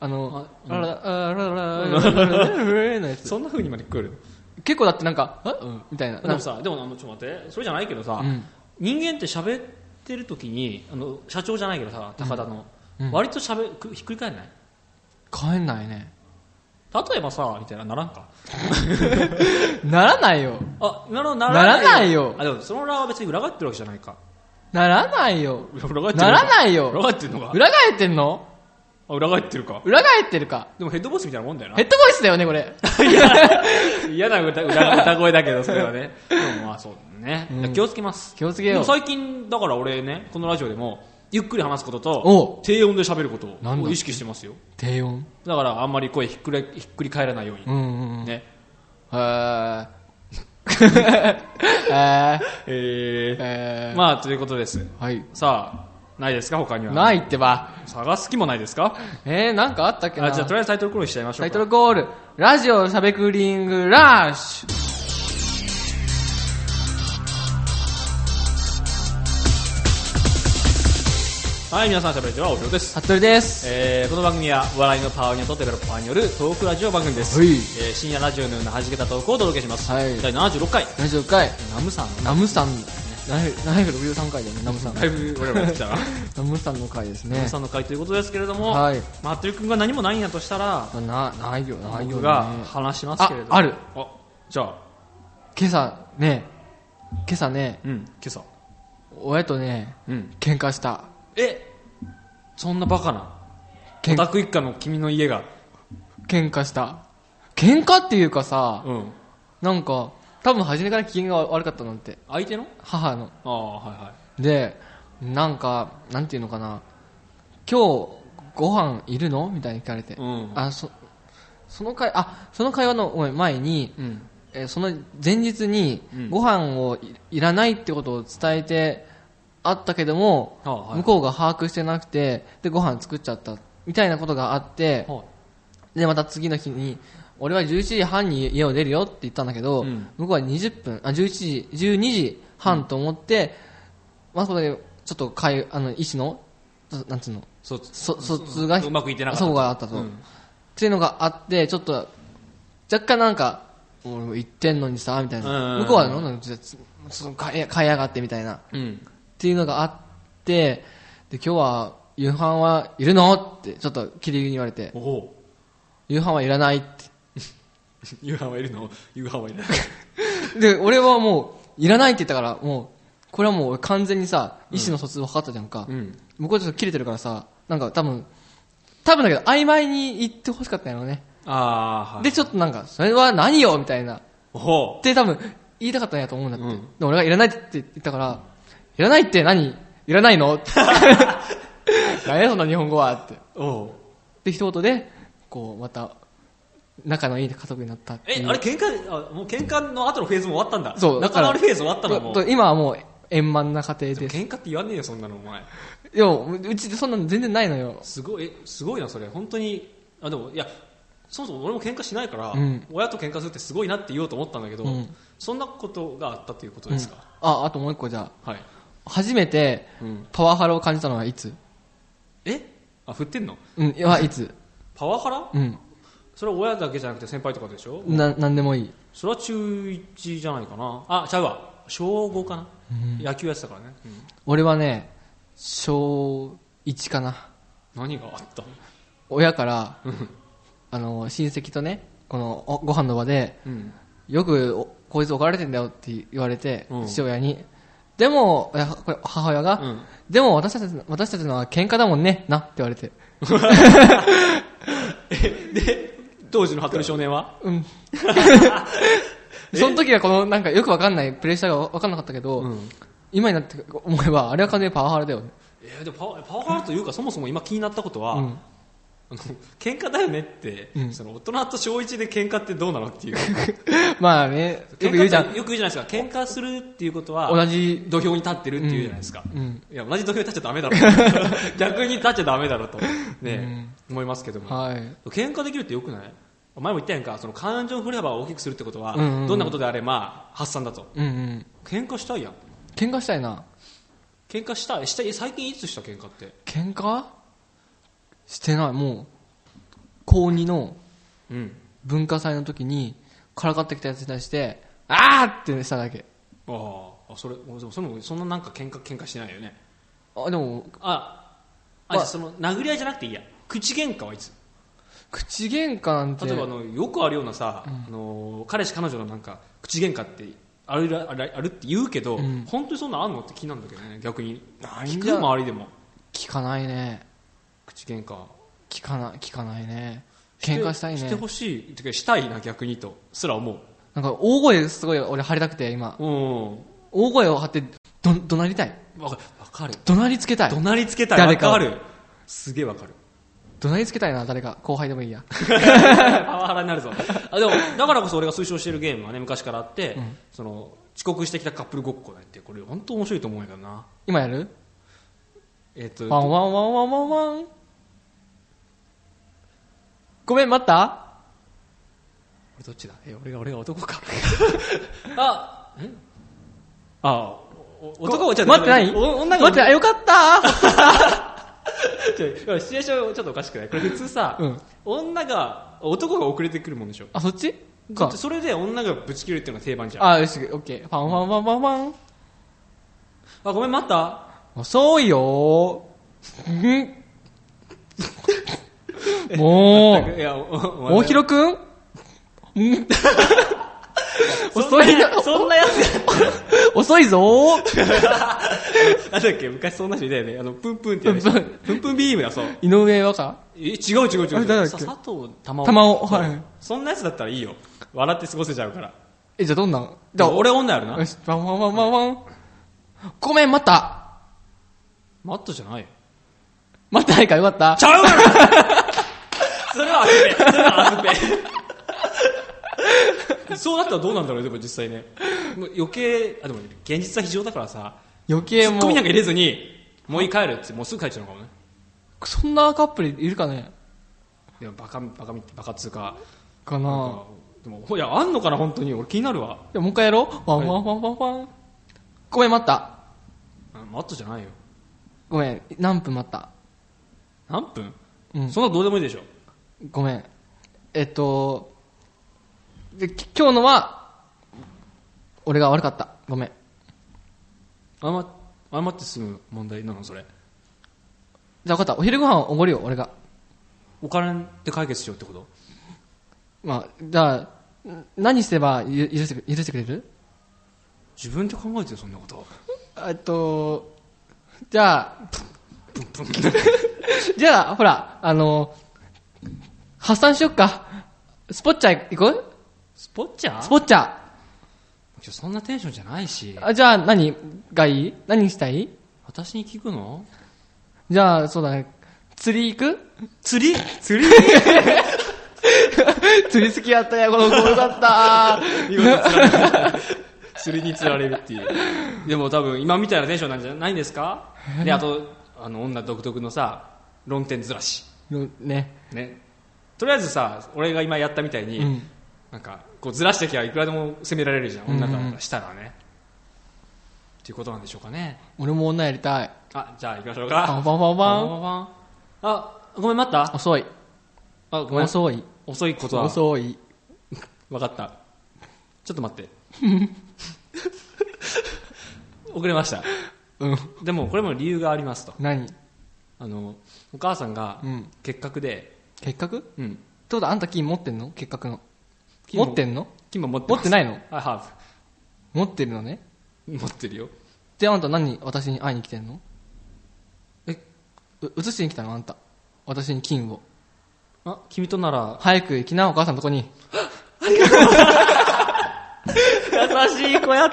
あの、
あ
あらら、あらら、あらら、あらのやつ。
そんな風にまで来る
結構だってなんか、あみたいな。
で
なん
も
か
さ、でもあのちょっと待って、それじゃないけどさ、
うん
人間って喋ってる時にあの社長じゃないけどさ、高田の、
うん
割と喋くひっくり返らない。
帰んないね。
例えばさみたいなならんか。
ならないよ。
あ、ならな
ならないよ。
あでもその裏は別に裏返ってるわけじゃないか。
ならないよ。
裏返ってる
ならない
裏
よ。
返ってるのか。
裏返ってんの
あ裏返ってるか。
裏返ってるか。
でもヘッドボスみたいなもんだよな
ヘ。ッドボイスだよね、これ。
嫌な歌歌歌声だけどそれは
(laughs)
ね。でもまあそうね。
うん
気をつけます。
気をつけ
で
よ
も
う。
最近だから俺ねこのラジオでもゆっくり話すことと
おう
低音で喋ること
なん
を
だ
意識してますよ。
低音。
だからあんまり声ひっくりひっくり返らないように
う、んうんうん。
ね
へー。 (laughs) へ
え
ー。へー。
まあということです
はい。
さあないですか他には
ないってば。
探す気もないですか
えー、なんかあったっけ
あ
な
じゃあとりあえずタイトルコールしちゃいましょうか
タイトルゴール。ラジオしゃべくりングラッシュ。
はい皆さん喋れてはお嬢です
サトルです。
えーこの番組は笑いのパワーニョとデベロッパーによるトークラジオ番組です、
はい
えー深夜ラジオのような弾けたトークをお届けします、
はい
第76回
ラジオ回。
ナム (laughs) さんの
ナムさん。763回だよね、ナムさん。
だいぶ俺らもやってき
(laughs)
たな
ナムさんの回です
ナ
ね
ム。さんの回ということですけれども、
はい。
まあ、服部君が何もないんやとしたら
な、ないよ、ない
僕
よ、ね。
が話しますけれども
あある
あじゃあ
今朝ね、今朝ね、
うん今朝
親とね、
うん
喧嘩した。
えそんなバカな
喧
オタク一家の君の家が
喧嘩した。喧嘩っていうかさ、
うん
なんか、多分初めから機嫌が悪かったなんて。
相手の
母の。
ああは
で、なんか、なんていうのかな。今日、ご飯いるのみたいに聞かれて
いはい。うん
あ、そ、その会、あ、その会話のごめん前に、
うん
えーその前日に
うん
ご飯をいいらないってことを伝えてあったけども、
あはい
向こうが把握してなくてでご飯作っちゃったみたいなことがあって
はい
でまた次の日に俺は11時半に家を出るよって言ったんだけど、
うん
向こうは20分あ11時12時半と思って、まあそこでちょっとかいあの医師のそなんつうの
そう
そ疎通が
うまくいってなかった
そこがあったと、
う
っ
ん
ていうのがあってちょっと若干なんか俺も言ってんのにさみたいな、
うん
向こうはなんだその買い買いやがってみたいなっ
うん
ていうのがあってで今日は夕飯はいるのってちょっとキリギリに言われて
おお
夕飯はいらないっ
(laughs) 夕飯はいるの夕飯はいない
てで俺はもういらないって言ったからもうこれはもう俺完全にさ意思の疎通を図ったじゃんか、
うん
向こうちょっと切れてるからさなんか多分多分だけど曖昧に言ってほしかったんやろうね
ああはい
で、ちょっとなんか、それは何よみたいな。
おお
で、多分、言いたかったんやと思うんだって。
うん
でも俺がいらないって言ったから、いらないって何いらないの (laughs) 何やその日本語はって。
おお
で、一言で、こう、また、仲のいい家族になったってい
え
う
あれ喧嘩あもう喧嘩の後のフェーズも終わったんだ
そうだ
仲
から
直りフェーズ終わったのも
と
う
と今はもう、円満な家庭です。
喧嘩って言わねえよそんなのお前
でも、うちそんなの全然ないのよ。
すごいえすごいなそれ本当にあでもいやそもそも俺も喧嘩しないから、
うん
親と喧嘩するってすごいなって言おうと思ったんだけど、
うん
そんなことがあったということです
うん
か、
あ、あともう一個じゃ
はい、
あ、初めて、
うん、
パワハラを感じたのはいつ
えあ振ってんの
うん、いや、いつ
パワハラ
うん。
それは親だけじゃなくて先輩とかでしょ
な、なんでもいい。
それは中1じゃないかなあちゃうわ小5かな、野球やってたからね、うん
俺はね小1かな
何があったの
親からあの親戚とねこのおご飯の場で
うん
よくおこいつ怒られてんだよって言われて、
うん
父親にでもいやこれ母親が、
うん
でも私たちの私たちのは喧嘩だもんねなって言われて
えで当時の服部少年は
うんその時はこのなんかよくわかんないプレッシャーがわかんなかったけど、
うん
今になって思えばあれは完全にパワハラだよね
えーでもパワパワハラというかそもそも今気になったことは、
うん
あの喧嘩だよねって、
うん
その大人と小一で喧嘩ってどうなのっていう
(laughs) まあね、よ
喧嘩
く言うじゃん。
よく言うじゃないですか喧嘩するっていうことは
同じ、
土俵に立ってるっていうじゃないですか、
うん。
いや同じ土俵に立っちゃダメ
(laughs)
だろ逆に立っちゃダメだろと、ね思いますけども、
はい。
喧嘩できるってよくない前も言ったやんかその感情の振れ幅を大きくするってことは、
うんうんうん
どんなことであれまあ発散だと
うんうん。
喧嘩したいやん
喧嘩したいな。
喧嘩したいしたい最近いつした喧嘩って
喧嘩してない。もう、高2の
うん
文化祭の時に、からかってきたやつに対して、あーってしただけ。
ああそれでもそれもそんななんか喧嘩喧嘩してないよね
あ、でも、
ああ
まあ
じゃあその殴り合いじゃなくていいや口喧嘩はいつ
口喧嘩なんて。
例えばあのよくあるようなさ、あの彼氏彼女のなんか口喧嘩ってあるらあるあるって言うけど、
うん
本当にそんなのあんのって気なんだけどね逆に
ない
聞
ん
く
じゃ
周りでも
聞かないね。
口喧嘩
聞かない、聞かないね。喧嘩したい
して
ね。
ほしいてかしたいな逆にとすら思
なんか、大声すごい俺張りたくて、今。
うう
大声を張って、ど、怒鳴りたい。
んわかるわかる
怒鳴りつけたい。
怒鳴りつけたいわ
誰かを
かるすげえわかる
怒鳴りつけたいな、誰か。後輩でもいい (laughs) や。
(laughs) パワハラになるぞあでもだからこそ俺が推奨してるゲームはね昔からあって、その遅刻してきたカップルごっこだってこれ本当面白いと思うんやけどな
今やる
えっ、と
ワンワンワンワンワンワン。ごめん、待った
俺どっちだえ俺が俺が男
(laughs)
かあんあおお男をちょっと
待ってない
お女が
待って、あよかった
ちょいやシチュエーションちょっとおかしくないこれ普通さ、
うん
女が男が遅れてくるもんでしょ
あ、そっちか
で。それで女がぶち切れるっていうのが定番じゃんあ
あ、よし、オッケー。ファンファンファンファンファン。
ごめん待った
遅いよー。ん (laughs) もう、
いやおお
大広くん (laughs) ん
そん
遅
ない
よ
やそんなやつ
遅いぞー。
(laughs) なんだっけ昔そんな人いたよねあのプンプンってやる
プンプン
プンプンビームだそう
井上和歌
え違う違う違う
あれ誰だっけ
さ佐藤玉緒
玉緒
そう
はい
そんなやつだったらいいよ笑って過ごせちゃうから
え、じゃあどんなん
じゃあ俺女やるな
よし、ワンワンワンワンワン。ごめん、待った。
マットじゃないよ
待ってないからよかった
ち。ゃうから (laughs) それはアズペ。それはアズ (laughs) ペ。そうなったらどうなんだろうね、でも実際ね。もう余計、あ、でも現実は非常だからさ、
余
ツ
計
ッコ
も
ミなん
う、
か入れずに、もういい帰るって、もうすぐ帰っちゃうのかもね。
そんなカップルいるかね
いや、バカ、バカみ、バカっつうか。な
か
ん
な
かでも、ほいや、あんのかな、本当に。俺気になるわ。
でももう一回やろうワンワンワンワンワン。ごめん、待った。
あマットじゃないよ。
ごめん、何分待った。
何分
うん
そんなのどうでもいいでしょ。
ごめん。えっと、でき今日のは、俺が悪かった。ごめん。
謝、謝ってすぐ問題なの、それ。
じゃあ分かった。お昼ご飯おごるよ、俺が。
お金で解決しようってこと
まあ、じゃあ、ん何すればゆ許してく許してくれる
自分で考えてよ、そんなこと。
えっと、じゃあ、 (laughs) じゃあ、ほら、あの、発散しよっか。スポッチャ行く
スポッチャ
スポッチャ。
そんなテンションじゃないし。
あじゃあ何がいい何したい
私に聞くの
じゃあ、そうだね。釣り行く
釣り釣り
(laughs) 釣り好きやったね。この子よ
(laughs)
かっ
見事釣られる。釣りに釣られるっていう。でも多分今みたいなテンションなんじゃないんですかで、あと、あの、女独特のさ、論点ずらし。
た。のね。
ね。とりあえずさ、俺が今やったみたいに、
うん
なんか、こうずらしてきゃいくらでも責められるじゃん。女からしたらね。っていうことなんでしょうかね。
俺も女やりたい。
あ、じゃあ行きましょう
パン
か。
パンパ
バ
ンパ
ン
ン。
バンあ、ごめん待った
遅い。
あ、ごめん。
遅い。
遅いことは
遅い。
わかったちょっと待って (laughs) 遅れました
うん。
でもこれも理由がありますと
何
あのお母さんが
うん
結核で、
結核って
うん、
ことはあんた金持ってんの結核の。
金
持
も
ってんの
今持って
持ってないの
I have
持ってるのね。
持ってるよ
で、あんた何私に会いに来てんの
え
う移しに来たのあんた。私に金を。
あ君となら
早く行きな、お母さんのとこ
(laughs)
に。
優しい子やっ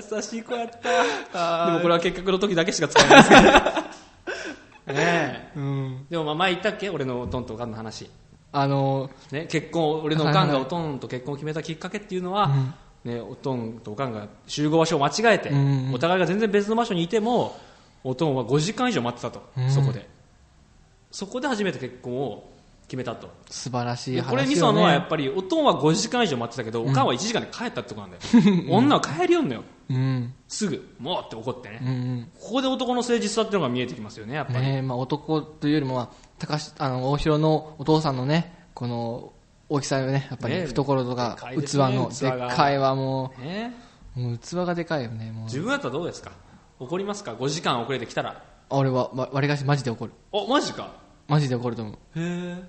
た優しい子やったでもこれは結核の時だけしか使えないです (laughs) ねえ
(laughs) うん。
でもまあ前言ったっけ俺のおとんとおかんの話、
あの、
ね、結婚俺のおかん
は
が
いはい
おとんと結婚を決めたきっかけっていうのは、ね、おとんとおかんが集合場所を間違えて、
うんうんうん
お互いが全然別の場所にいてもおとんは5時間以上待ってたと、
うん
そこでそこで初めて結婚を決めたと
素晴らしい話、ね。
これミソのはやっぱりおとんは5時間以上待ってたけど、おかんは1時間で帰ったってことなんだよ、女は帰りよんのよ
うん。
すぐもうって怒ってね、
うんうん。
ここで男の誠実さっていうのが見えてきますよねやっぱり、
ねえまあ、男というよりも、まあ、高しあの大広のお父さんのねこの大きさよねやっぱ
ねえ
り懐とか
でかいで
器
すね
の
器
で
が
っかいはも
ね
うもう器がでかいよねもう
自分だったらどうですか怒りますか5時間遅れてきたら
俺はわ割りかしマジで怒る
おマジか
マジで怒ると思う
へえ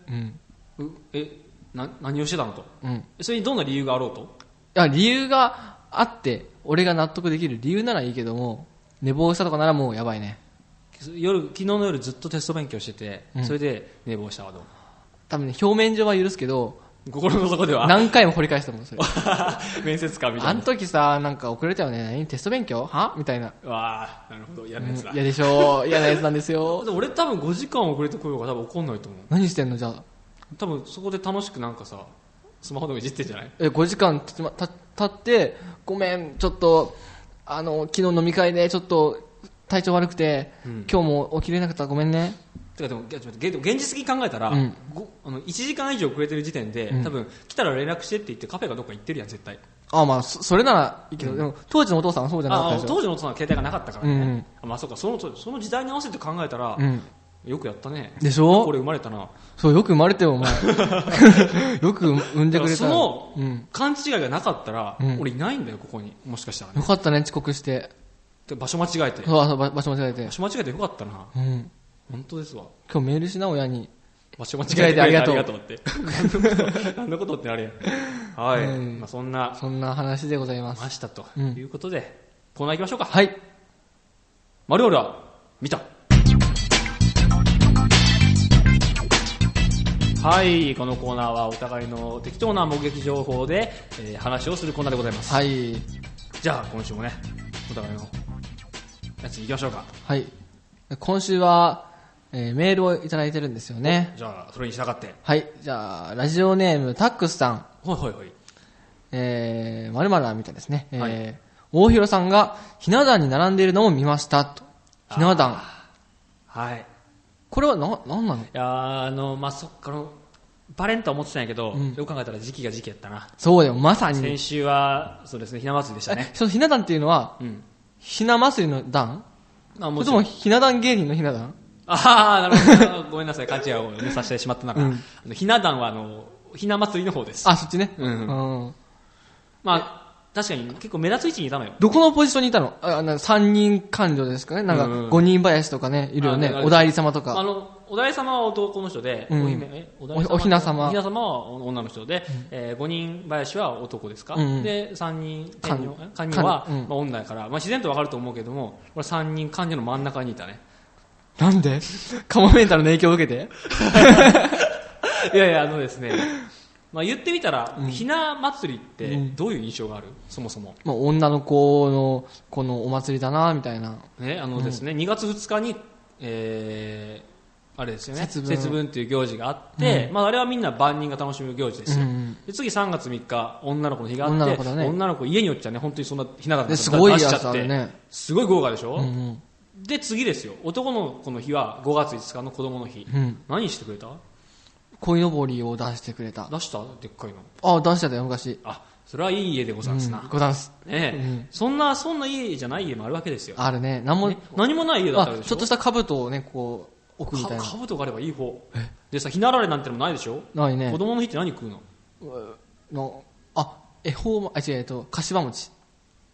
うん
うえな何をしてたのと
うんい
それにどんな理由があろうと
や理由があって俺が納得できる理由ならいいけども寝坊したとかならもうやばいね
夜昨日の夜ずっとテスト勉強してて、
うん
それで寝坊したわどうも
多分ね表面上は許すけど
心の底では
何回も掘り返したもんそれ
面接官みた
あ
い
の
な
時さなんか遅れたよね何テスト勉強はみたいな
わあなるほど嫌なやつだ、
嫌でしょ嫌なやつなんですよ
でも俺多分5時間遅れてこようが多分怒んないと思う
何してんのじゃあ
多分そこで楽しくなんかさスマホでもいじってんじゃない
え5時間経ってまた経ってごめんちょっとあの昨日飲み会でちょっと体調悪くて、
うん
今日も起きれなかったごめんね
てかでもいやちょっと待って現実的に考えたら、
うん
ごあの1時間以上遅れてる時点で、
うん
多分来たら連絡してって言ってカフェかどっか行ってるやん絶対
あまあそそれならいいけど、でも当時のお父さんはそうじゃなかった
あ
でしょ
当時の大人は携帯がなかったからね、
うんうん
あまあそうかそのその時代に合わせて考えたら、
うん、
よくやったね
でし
こ
ょ
れ生まれたな
そうよく生まれてよ
(laughs)
お前よく産んで
だ
くれた
からその
うん、
勘違いがなかったら、
うん
俺いないんだよここにもしかしたらね
よかったね遅刻して
で場所間違えて場
そうそうば場所間違えて、
所間違えてよかったな
うん、
本当ですわ
今日メールしな親に
場所間違えてくれてあり
間違え
が
て
と
あ
う
りが
って (laughs) 何のこと何のことってあれやんはい、
うん
まあ、そんな
そんな話でございます
ましたと
うん
いうことで、コーナー行きましょうか
はい
マルオルは見たはいこのコーナーはお互いの適当な目撃情報で、えー話をするコーナーでございます
はい
じゃあ今週もねお互いのやつに行きましょうか
はい。今週は、えーメールをいただいてるんですよね。
じゃあそれに従って
はい。じゃあ、ラジオネーム、タックスさん、
ほいほいほい
えー、まるまるみたいですね。えー
はい
大広さんがひな壇に並んでいるのを見ました。と。ひな壇。
はいい
これはな、なんなの
やーあのまあそっかのバレンとは思ってたんやけど、
うん
よく考えたら時期が時期やったな
そうだよ、まさに。
先週はそうですねひな祭りでした
え
(laughs) ね、
そのひな壇っていうのは、
うん
ひな祭りの壇
あ
そ
も
れ
ち
と
ろん
もひな壇芸人のひな壇
ああ、なるほど。ごめんなさい、勘違いをねさせてしまった中、
うん
あのひな壇は、あの、ひな祭りの方です。
あ、そっちね。
うん
ん
まあ、確かに結構目立つ位置にいたのよ。
どこのポジションにいたのあ、な三人官僚ですかねなんか、
うん
五人林とかね、いるよね
あね。
お代理様と
あ
か。
の、お大様は男の人で、
うん
お姫、え、お大
おお雛様
お雛様は女の人で、えー五人林は男ですか、
うんうん
で、三人、
官
天女え官人は、
官うん
まあ、女やから、まあ、自然とわかると思うけども、俺三人官女の真ん中にいたね。 (laughs)
なんで (laughs) カモメンタルの影響を受けて
いやいや、あのですね、まあ、言ってみたら、ひな祭りって
うん
どういう印象があるそもそも。
まあ、女の子のこのお祭りだなみたいな
ね、あのですね、2月2日に、えーあれですよね
節
節
分
分っていう行事があって、まあ、あれはみんな万人が楽しむ行事ですよ、
うんうん
で次3月3日女の子の日があって
女の子だね
家によっちゃね本当にそんなひな壇と
で
か
すごい
出し
やつ
ちゃって
あるね、
すごい豪華でし
う
ょ、
んうん
で次ですよ男の子の日は5月5日の子供の日、
うん、
何してくれた
鯉のぼりを出してくれた
出したでっかいの
あ出してたよ昔
あそれはいい家でござんすな、
ござんす
ねえ
うん
そんなそんな家じゃない家もあるわけですよ、
あるね何も、
ね何もない家だった
あ
らでし
ちょ
ょ
っとした兜をねこう置くみたいな
かぶとがあればいい方でさひなあられなんてのもないでしょ
ないね
子供の日って何食うの
のあ恵方もあ違うえっと柏餅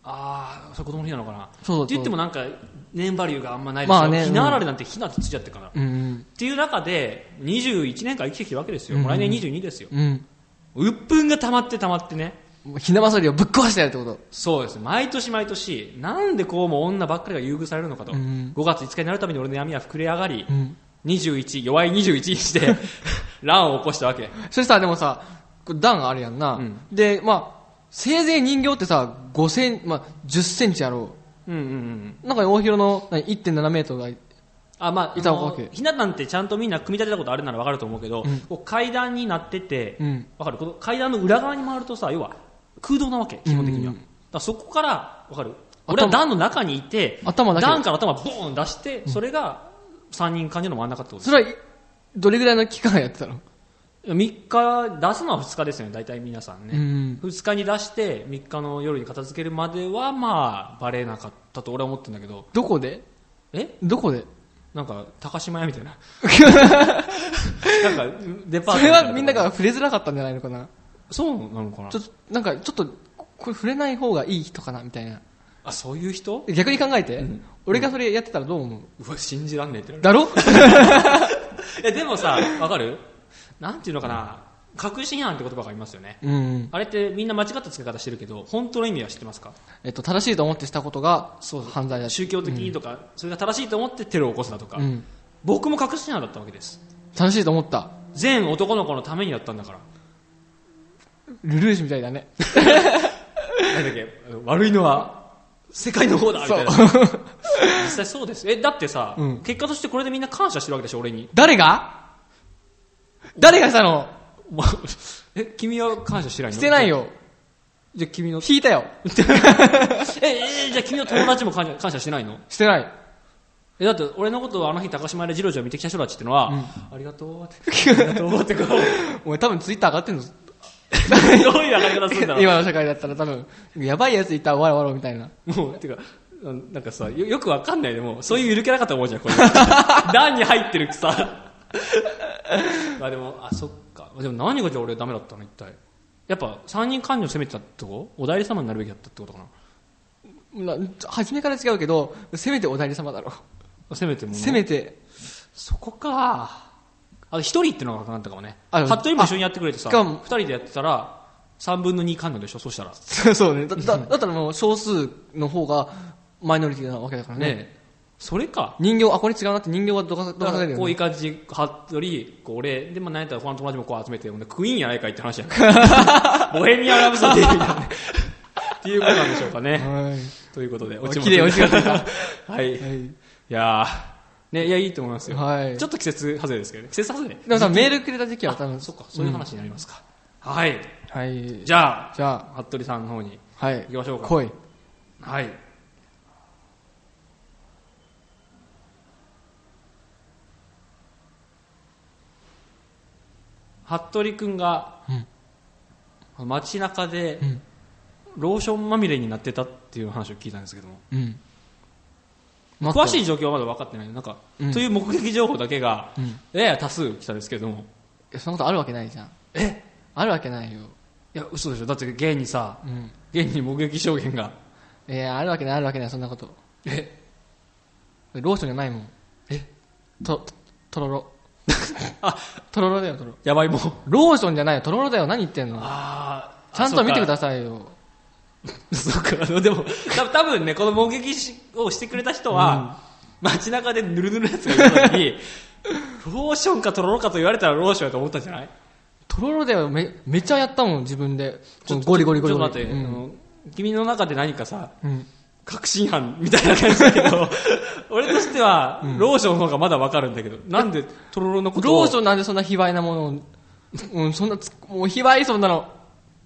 ああそれ子供の日なのかな
そうそう
って言ってもなんか年バリューがあんまないでしょ、
まあね
ひなあられなんてひなってついちゃってるから、っ
うん
ていう中で21年間生きてきてるわけですよ、
うん
もう来年22ですよ
うん
鬱憤が溜まって溜まってね
もうひな祭りをぶっ壊してやるってこと
そうです毎年毎年なんでこうも女ばっかりが優遇されるのかと、
うん
5月5日になるために俺の闇は膨れ上がり、
うん
21弱い21にして (laughs) 乱を起こしたわけ
それさでもさこれ段あるやんな、
うん
でまあせいぜい人形ってさ5センまあ、1 0ンチやろう
うんうんうん
なんか大広の何1.7メートルが
あまあ、
板
あ
を
の
かけ
ひな壇ってちゃんとみんな組み立てたことあるならわかると思うけど、
ん
こう階段になってて、わ
うん
かるこの階段の裏側に回るとさ要は空洞なわけ基本的には、
うん
だからそこからわかる俺は段の中にいて
頭だけ
段から頭ボーン出してそれが3人感じの真ん中ってことです
それはい、どれぐらいの期間やってたの
3日出すのは2日ですよね大体皆さん
う
ね、
ん。
2日に出して3日の夜に片付けるまではまあバレなかったと俺は思ってるんだけど
どこで
え
どこで
なんか高島屋みたい
(laughs)
ななんかデパート
それはみんなが触れづらかったんじゃないのかな
そうなのかな
ちょっと、なんか、ちょっと、これ触れない方がいい人かなみたいな。
あそういう人
逆に考えて、俺がそれやってたらどう思う
うわ信じらんねえってなる
(laughs) だろ
えでもさわかるなんていうのかな確信犯って言葉がありますよね
うん。
あれってみんな間違った付け方してるけど本当の意味は知ってますか
えっと、正しいと思ってしたことが、
そう
犯罪だし。
宗教的とか、それが正しいと思ってテロを起こすだとか、
うん。
僕も確信犯だったわけです
正しいと思った。
全男の子のためにやったんだから
ルルーシュみたいだね。
なんだっけ悪いのは世界の方だみたいな実際そうですえだってさ、
うん
結果としてこれでみんな感謝してるわけでしょ俺に
誰が誰がしたの
お前え君は感謝してないの
してないよ。
じゃあ君の
引いたよ。
ええじゃあ君の友達も感謝感謝してないの
してない。
えだって俺のことをあの日高島屋で次郎長見てきた人たちってのは、ありがとうってありがとうってこ
(laughs)
う
お前多分ツイッター上がってんの
どういう上がり方するんだろう
(laughs) 今の社会だったら多分、やばいやついたわらわらみたいな。
もう、てか、あのなんかさ、よよくわかんないでも、そういうゆるキャラかと思うじゃん、これ。 (laughs) 段に入ってるさ。 (laughs) まあでも、あ、そっか。でも何がじゃあ俺ダメだったの、一体。やっぱ、三人官女攻めてたってことお代理様になるべきだったってことかな。
な初めから違うけど、せめておだり様だろ。
攻めても。
せめて、
そこか。あと一人ってのがなくなったかもね。
あ
服部も一緒にやってくれてさ、
あしかも
二人でやってたら、三分の二官女でしょ、そしたら。
そう (laughs) そうね。だだだったらもう少数の方がマイノリティなわけだからね。
ねえそれか。
人形、あ、これ違うなって人形がどかど
だ
か
か
され
ら
る
こ
よ、
うい
ね
う。感じではよりこう俺でも何やったら他の友達もこう集めてクイーンやないかいって話やん (laughs) ボヘミアン・ラブサディみたいなっていうことなんでしょうか (laughs) ね
はい。
ということで落ち
綺麗落ちがつい
(laughs)
た
はいい
は
やーねいやいいと思いますよ、
い。はい。
ちょっと季節外れですけどね季節外れ
でもさ、メールくれた時期は多分、
そっかそういう話になりますか、はい
はい。
じゃあ
じゃ
服部さんの方に
あ、はい。
行きましょうか
来い。
はい服部君が、街中で、
ん
ローションまみれになってたっていう話を聞いたんですけども
うん。
詳し
い。
い状況はまだ分かってないなんか、
うん
という目撃情報だけが、
うん
やや多数来たんですけども
いやそんなことあるわけないじゃん。
え
あるわけないよ。
いや嘘でしょだって現にさ
うん。
現に目撃証言が
いや、あるわけない、あるわけない、そんなこと。
え
ローションじゃないもん。
え
と、ととろ (laughs) ろ。とろろだよ、とろろ。
やばいもう
ローションじゃないよ、とろろだよ、何言ってんの
あー
ちゃんと見て
さい
くださいよ。
(laughs) そうか、あのでも、た多分ね、この目撃しをしてくれた人は、街中でぬるぬるのやつがいた時
(laughs)
に、ローションかとろろかと言われたらローションやと思ったんじゃない
とろろだよ、め、めちゃやったもん、自分で。このゴリゴリゴリ
ち
ゴ
ょ
リ。
っと待って、
うん
あの、君の中で何かさ、
うん。
確信犯みたいな感じだけ
(laughs)
ど、俺としては、ローションの方がまだわかるんだけど、なんでとろろのことを。
ローションなんでそんな卑猥なものを、うん、そんなつ、もう卑猥、そんなの。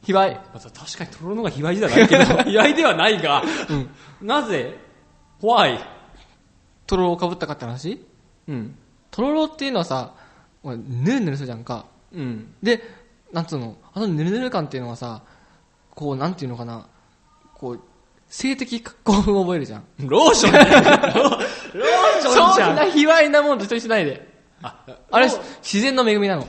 卑猥。
また確かにとろろの方が卑猥じゃないけど、
(laughs)
卑猥ではないが、なぜ、why?
とろろをかぶったかって話
うん。
とろろっていうのはさ、ほらぬるぬるするじゃんか。
うん。
で、なんつうの、あのぬるぬる感っていうのはさ、こう、なんていうのかな、こう、性的興奮を覚えるじゃん。
ローションじゃんローション
そ
じゃ
ん
ん
な卑猥なもんと一緒にしないで。
あ
あれ、自然の恵みなの。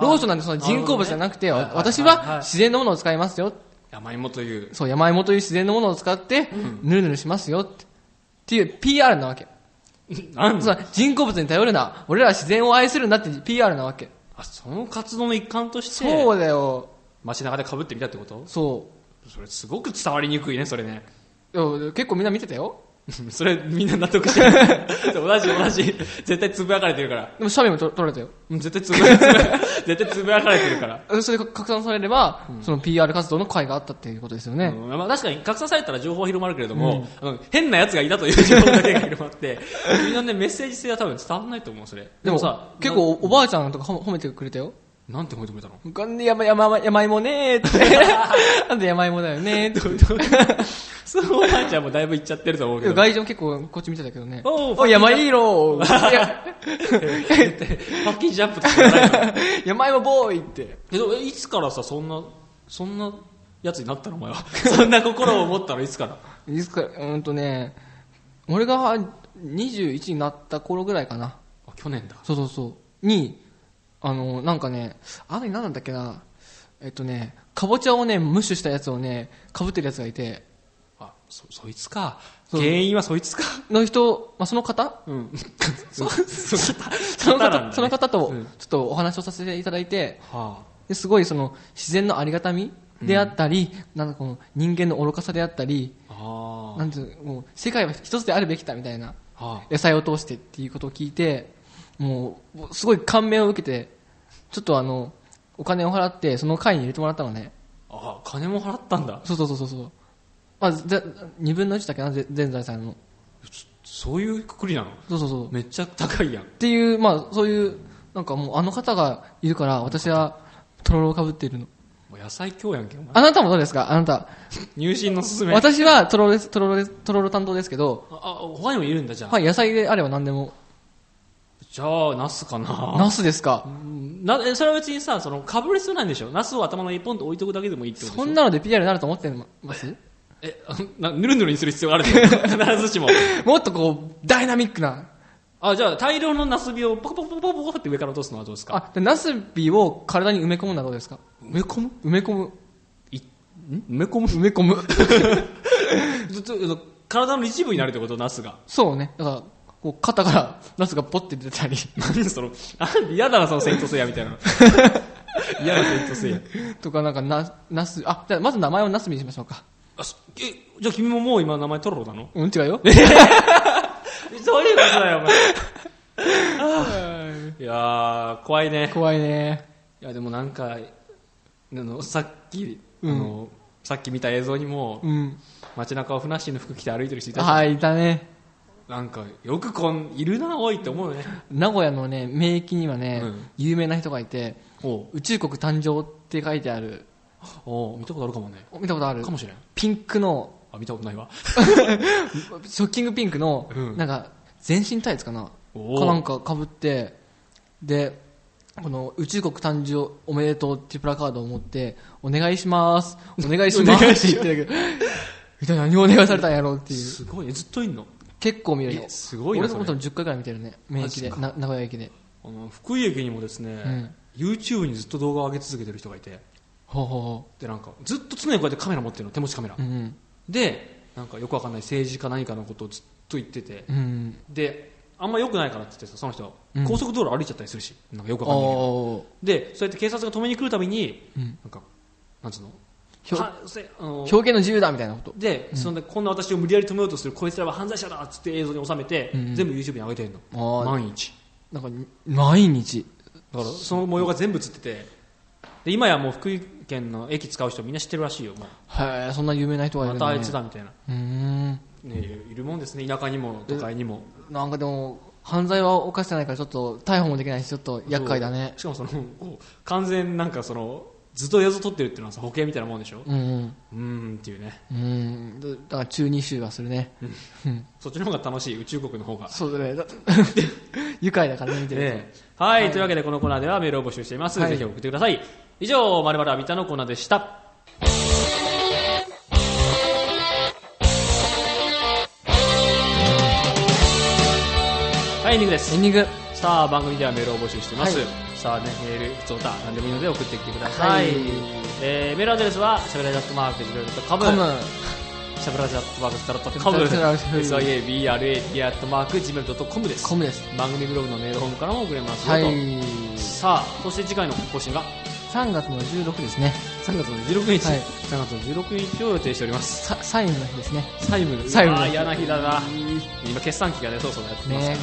ローションなんてその人工物じゃなくて、
なるほどね
私
はいはいはい
は自然のものを使いますよ。
山芋という
そう、山芋という自然のものを使って、ぬるぬるしますよって。っていう PR なわけ。
なん
その人工物に頼るな。俺らは自然を愛するなって PR なわけ。
あその活動の一環として
そうだよ。
街中で被ってみたってこと
そ
それすごく伝わりにくいねそれね
う。いや結構みんな見てたよ。
それみんな納得してる (laughs) 同じ同じ絶対つぶやかれてるから
でも写メもと撮られたよ
うん絶対つぶや (laughs) 絶対つぶやかれてるから
それが拡散されれば、その PR 活動の会があったっていうことですよね、
うんまあ、確かに拡散されたら情報は広まるけれども、あの変なやつがいたという情報だけが広まって (laughs) みんなねメッセージ性は多分伝わんないと思うそれ
でもさ結構おばあちゃんとか褒めてくれたよ
ななんて褒めてくれたの (laughs)
なんで山、山、山芋ねーって。なんで山芋だよねーって。
そのおばあちゃんもだいぶいっちゃってると思うけど
外人結構こっち見てたけどね。
おう
おい山いいろーいや
(laughs) パッキンジャンプとかじゃないから
(laughs) 山芋ボーイって。
えでもえいつからさそんなそんなやつになったのお前は (laughs) そんな心を持ったのいつから
いつか、うーんとね、俺が21になった頃ぐらいかな。
あ去年だ
そうそうそう。に、あの、なんかね、あの日何なんだっけな。えっとね、かぼちゃをね、無視したやつをね、かぶってるやつがいて、
あそそいつか
そう
原因はそいつか
の人、まあ、その方
うん (laughs) そそ
その
方なんだ
方、
ね
その方と、
うん
ちょっとお話をさせていただいて、
は
ですごいその自然のありがたみであったり、なんかこの人間の愚かさであったり、
ああ
なんていうもう世界は一つであるべきだみたいな、
あは
野菜を通してっていうことを聞いて、もうすごい感銘を受けて、ちょっとあの、お金を払ってその会に入れてもらったのね。
ああ金も払ったんだ
そうそうそうそうそう。まあ、ぜ二分の一だっけな、ぜ全財産の。
そういうくくりなの
そうそうそう。
めっちゃ高いやん
っていう、まあ、そういう、なんかもうあの方がいるから、私はとろろをかぶっているの。
もう野菜今日やんけお前
あなたもどうですかあなた。
入信のすすめあ
私はとろろです、とろろです、とろろ担当ですけど、
あ他にもいるんだじゃあ、
はい、野菜であれば何でも。
じゃあナスかな
ナスですか
なえそれは別にさそのかぶる必要ないんでしょナスを頭の上にポンと置いとくだけでもいいってことでしょ
そんなので PR になると思ってます
えあなぬるぬるにする必要があるの必ず (laughs) しも
もっとこう、ダイナミックな。
あじゃあ大量のナスビをポコポコポコポコって上から落とすのはどうですか
あ、で、ナスビを体に埋め込むのはどうですか
埋め込む
埋め込む。
いん埋め込む埋め込む体の一部になるってことナスが
(laughs) そうね。だから、こう、肩から (laughs) ナスがポッて出たり (laughs)
何そのあ嫌だなそのセイントセイヤみたいな嫌なセイントセイヤ
とか、なんか、な、ナス、あ、じゃあまず名前をナスビにしましょうか。
あそえじゃあ君ももう今名前トロロなの
うん、違うよ。
そういうことだよお前いやー怖いね
(laughs) 怖いね。
いやでもなんかあのさっき、
うん
あのさっき見た映像にも
うん。
街中をふなっしーの服着て歩いてる人いたじゃん
はい、いたね。
なんかよくこんいるなおいって思うね
名古屋のね、名域にはね、
うん
有名な人がいて、
お
宇宙国誕生って書いてある。
お見たことあるかもね
見たことある
かもしれん
ピンクの、
あ見たことないわ
ショッキングピンクの、
うん
なんか、全身タイツかな
おー
かなんか被って、で、この宇宙国誕生おめでとうっていうプラカードを持って、お願いします、お願いしま
お願い
すって言ってるけど、一体何をお願いされたんやろうっていう。
すごいねずっといんの
結構見るよ
え。すごいな
俺
そ
の
れ
ことも10回くらい見てるね。名駅で、
マジ
な名古屋駅で。
あの福井駅にもですね、YouTube にずっと動画を上げ続けてる人がいて
ほうほうほ
でなんかずっと常にこうやってカメラ持ってるの手持ちカメラ、
う。うん
でなんかよくわかんない政治か何かのことをずっと言ってて
うん。うん。
であんま良くないからって言ってさその人は、
うん
高速道路歩いちゃったりするしなんかよくわかんないけど
おー
でそうやって警察が止めに来るたびに、
うん
なんかなんつうの
ひょ
はせあの
表現の自由だみたいなこと。
で、そんでこんな私を無理やり止めようとするこいつらは犯罪者だっつって映像に収めて、
うん
全部 YouTube に上げてんの
あー
毎日
なんかに、毎日。
だからその模様が全部映っててで今やもう福井県の駅使う人みんな知ってるらしいよ、も
へえ、そんな有名な人
う
がいる
ま
ん
た
だ、
あ
ね。
いつだみたいな、
うーん。
ね、いるもんですね田舎にも都会にも
なんかでも、犯罪は犯してないからちょっと逮捕もできないし、ちょっと厄介だね。
しかもそのこう完全なんかそのずっと映像撮ってるっていうのはさ保険みたいなもんでしょ
うん
うーんっていうね
うん。うん。だだから中二臭はするね。
そっちの方が楽しい宇宙国の方が
そうだね。だ (laughs) 愉快だからね、見てる
ねはい、というわけでこのコーナーではメールを募集しています、
はい
ぜひ送ってください以上「まるまるアビタ」のコーナーでしたはいエンディングで
と。エ
す
ンディング。
さあ番組ではメールを募集しています、
はい
さあねメール普通歌何でもいいので送ってきてください、
はい
えーメールアドレスはしゃべらじットマークジロドットコム
カム。
しゃべらじットマークタロットコム (laughs) SIABRAD アットマーク Gmail.com です
コムです。
番組ブログのメールフォームからも送れますよ
は
と、
い。
さあそして次回の更新が
3月の16ですね。
3月の16日、
はい
3月の16日を予定しております
さ債務の日ですね。
債務の
債務
うわ
の
ー
日
嫌な日だな今決算期がねそろそろやってますからね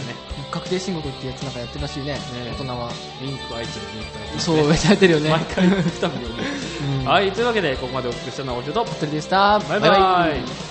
確定申告っていうやつなんかやってるらしいね。
え
大人は。
リンク愛知のリンク愛知、ね、
そう、やってるよね。
毎回行くたびに、
うん
はいというわけでここまでお聞きしたのはおきと
それでした。
バイバイ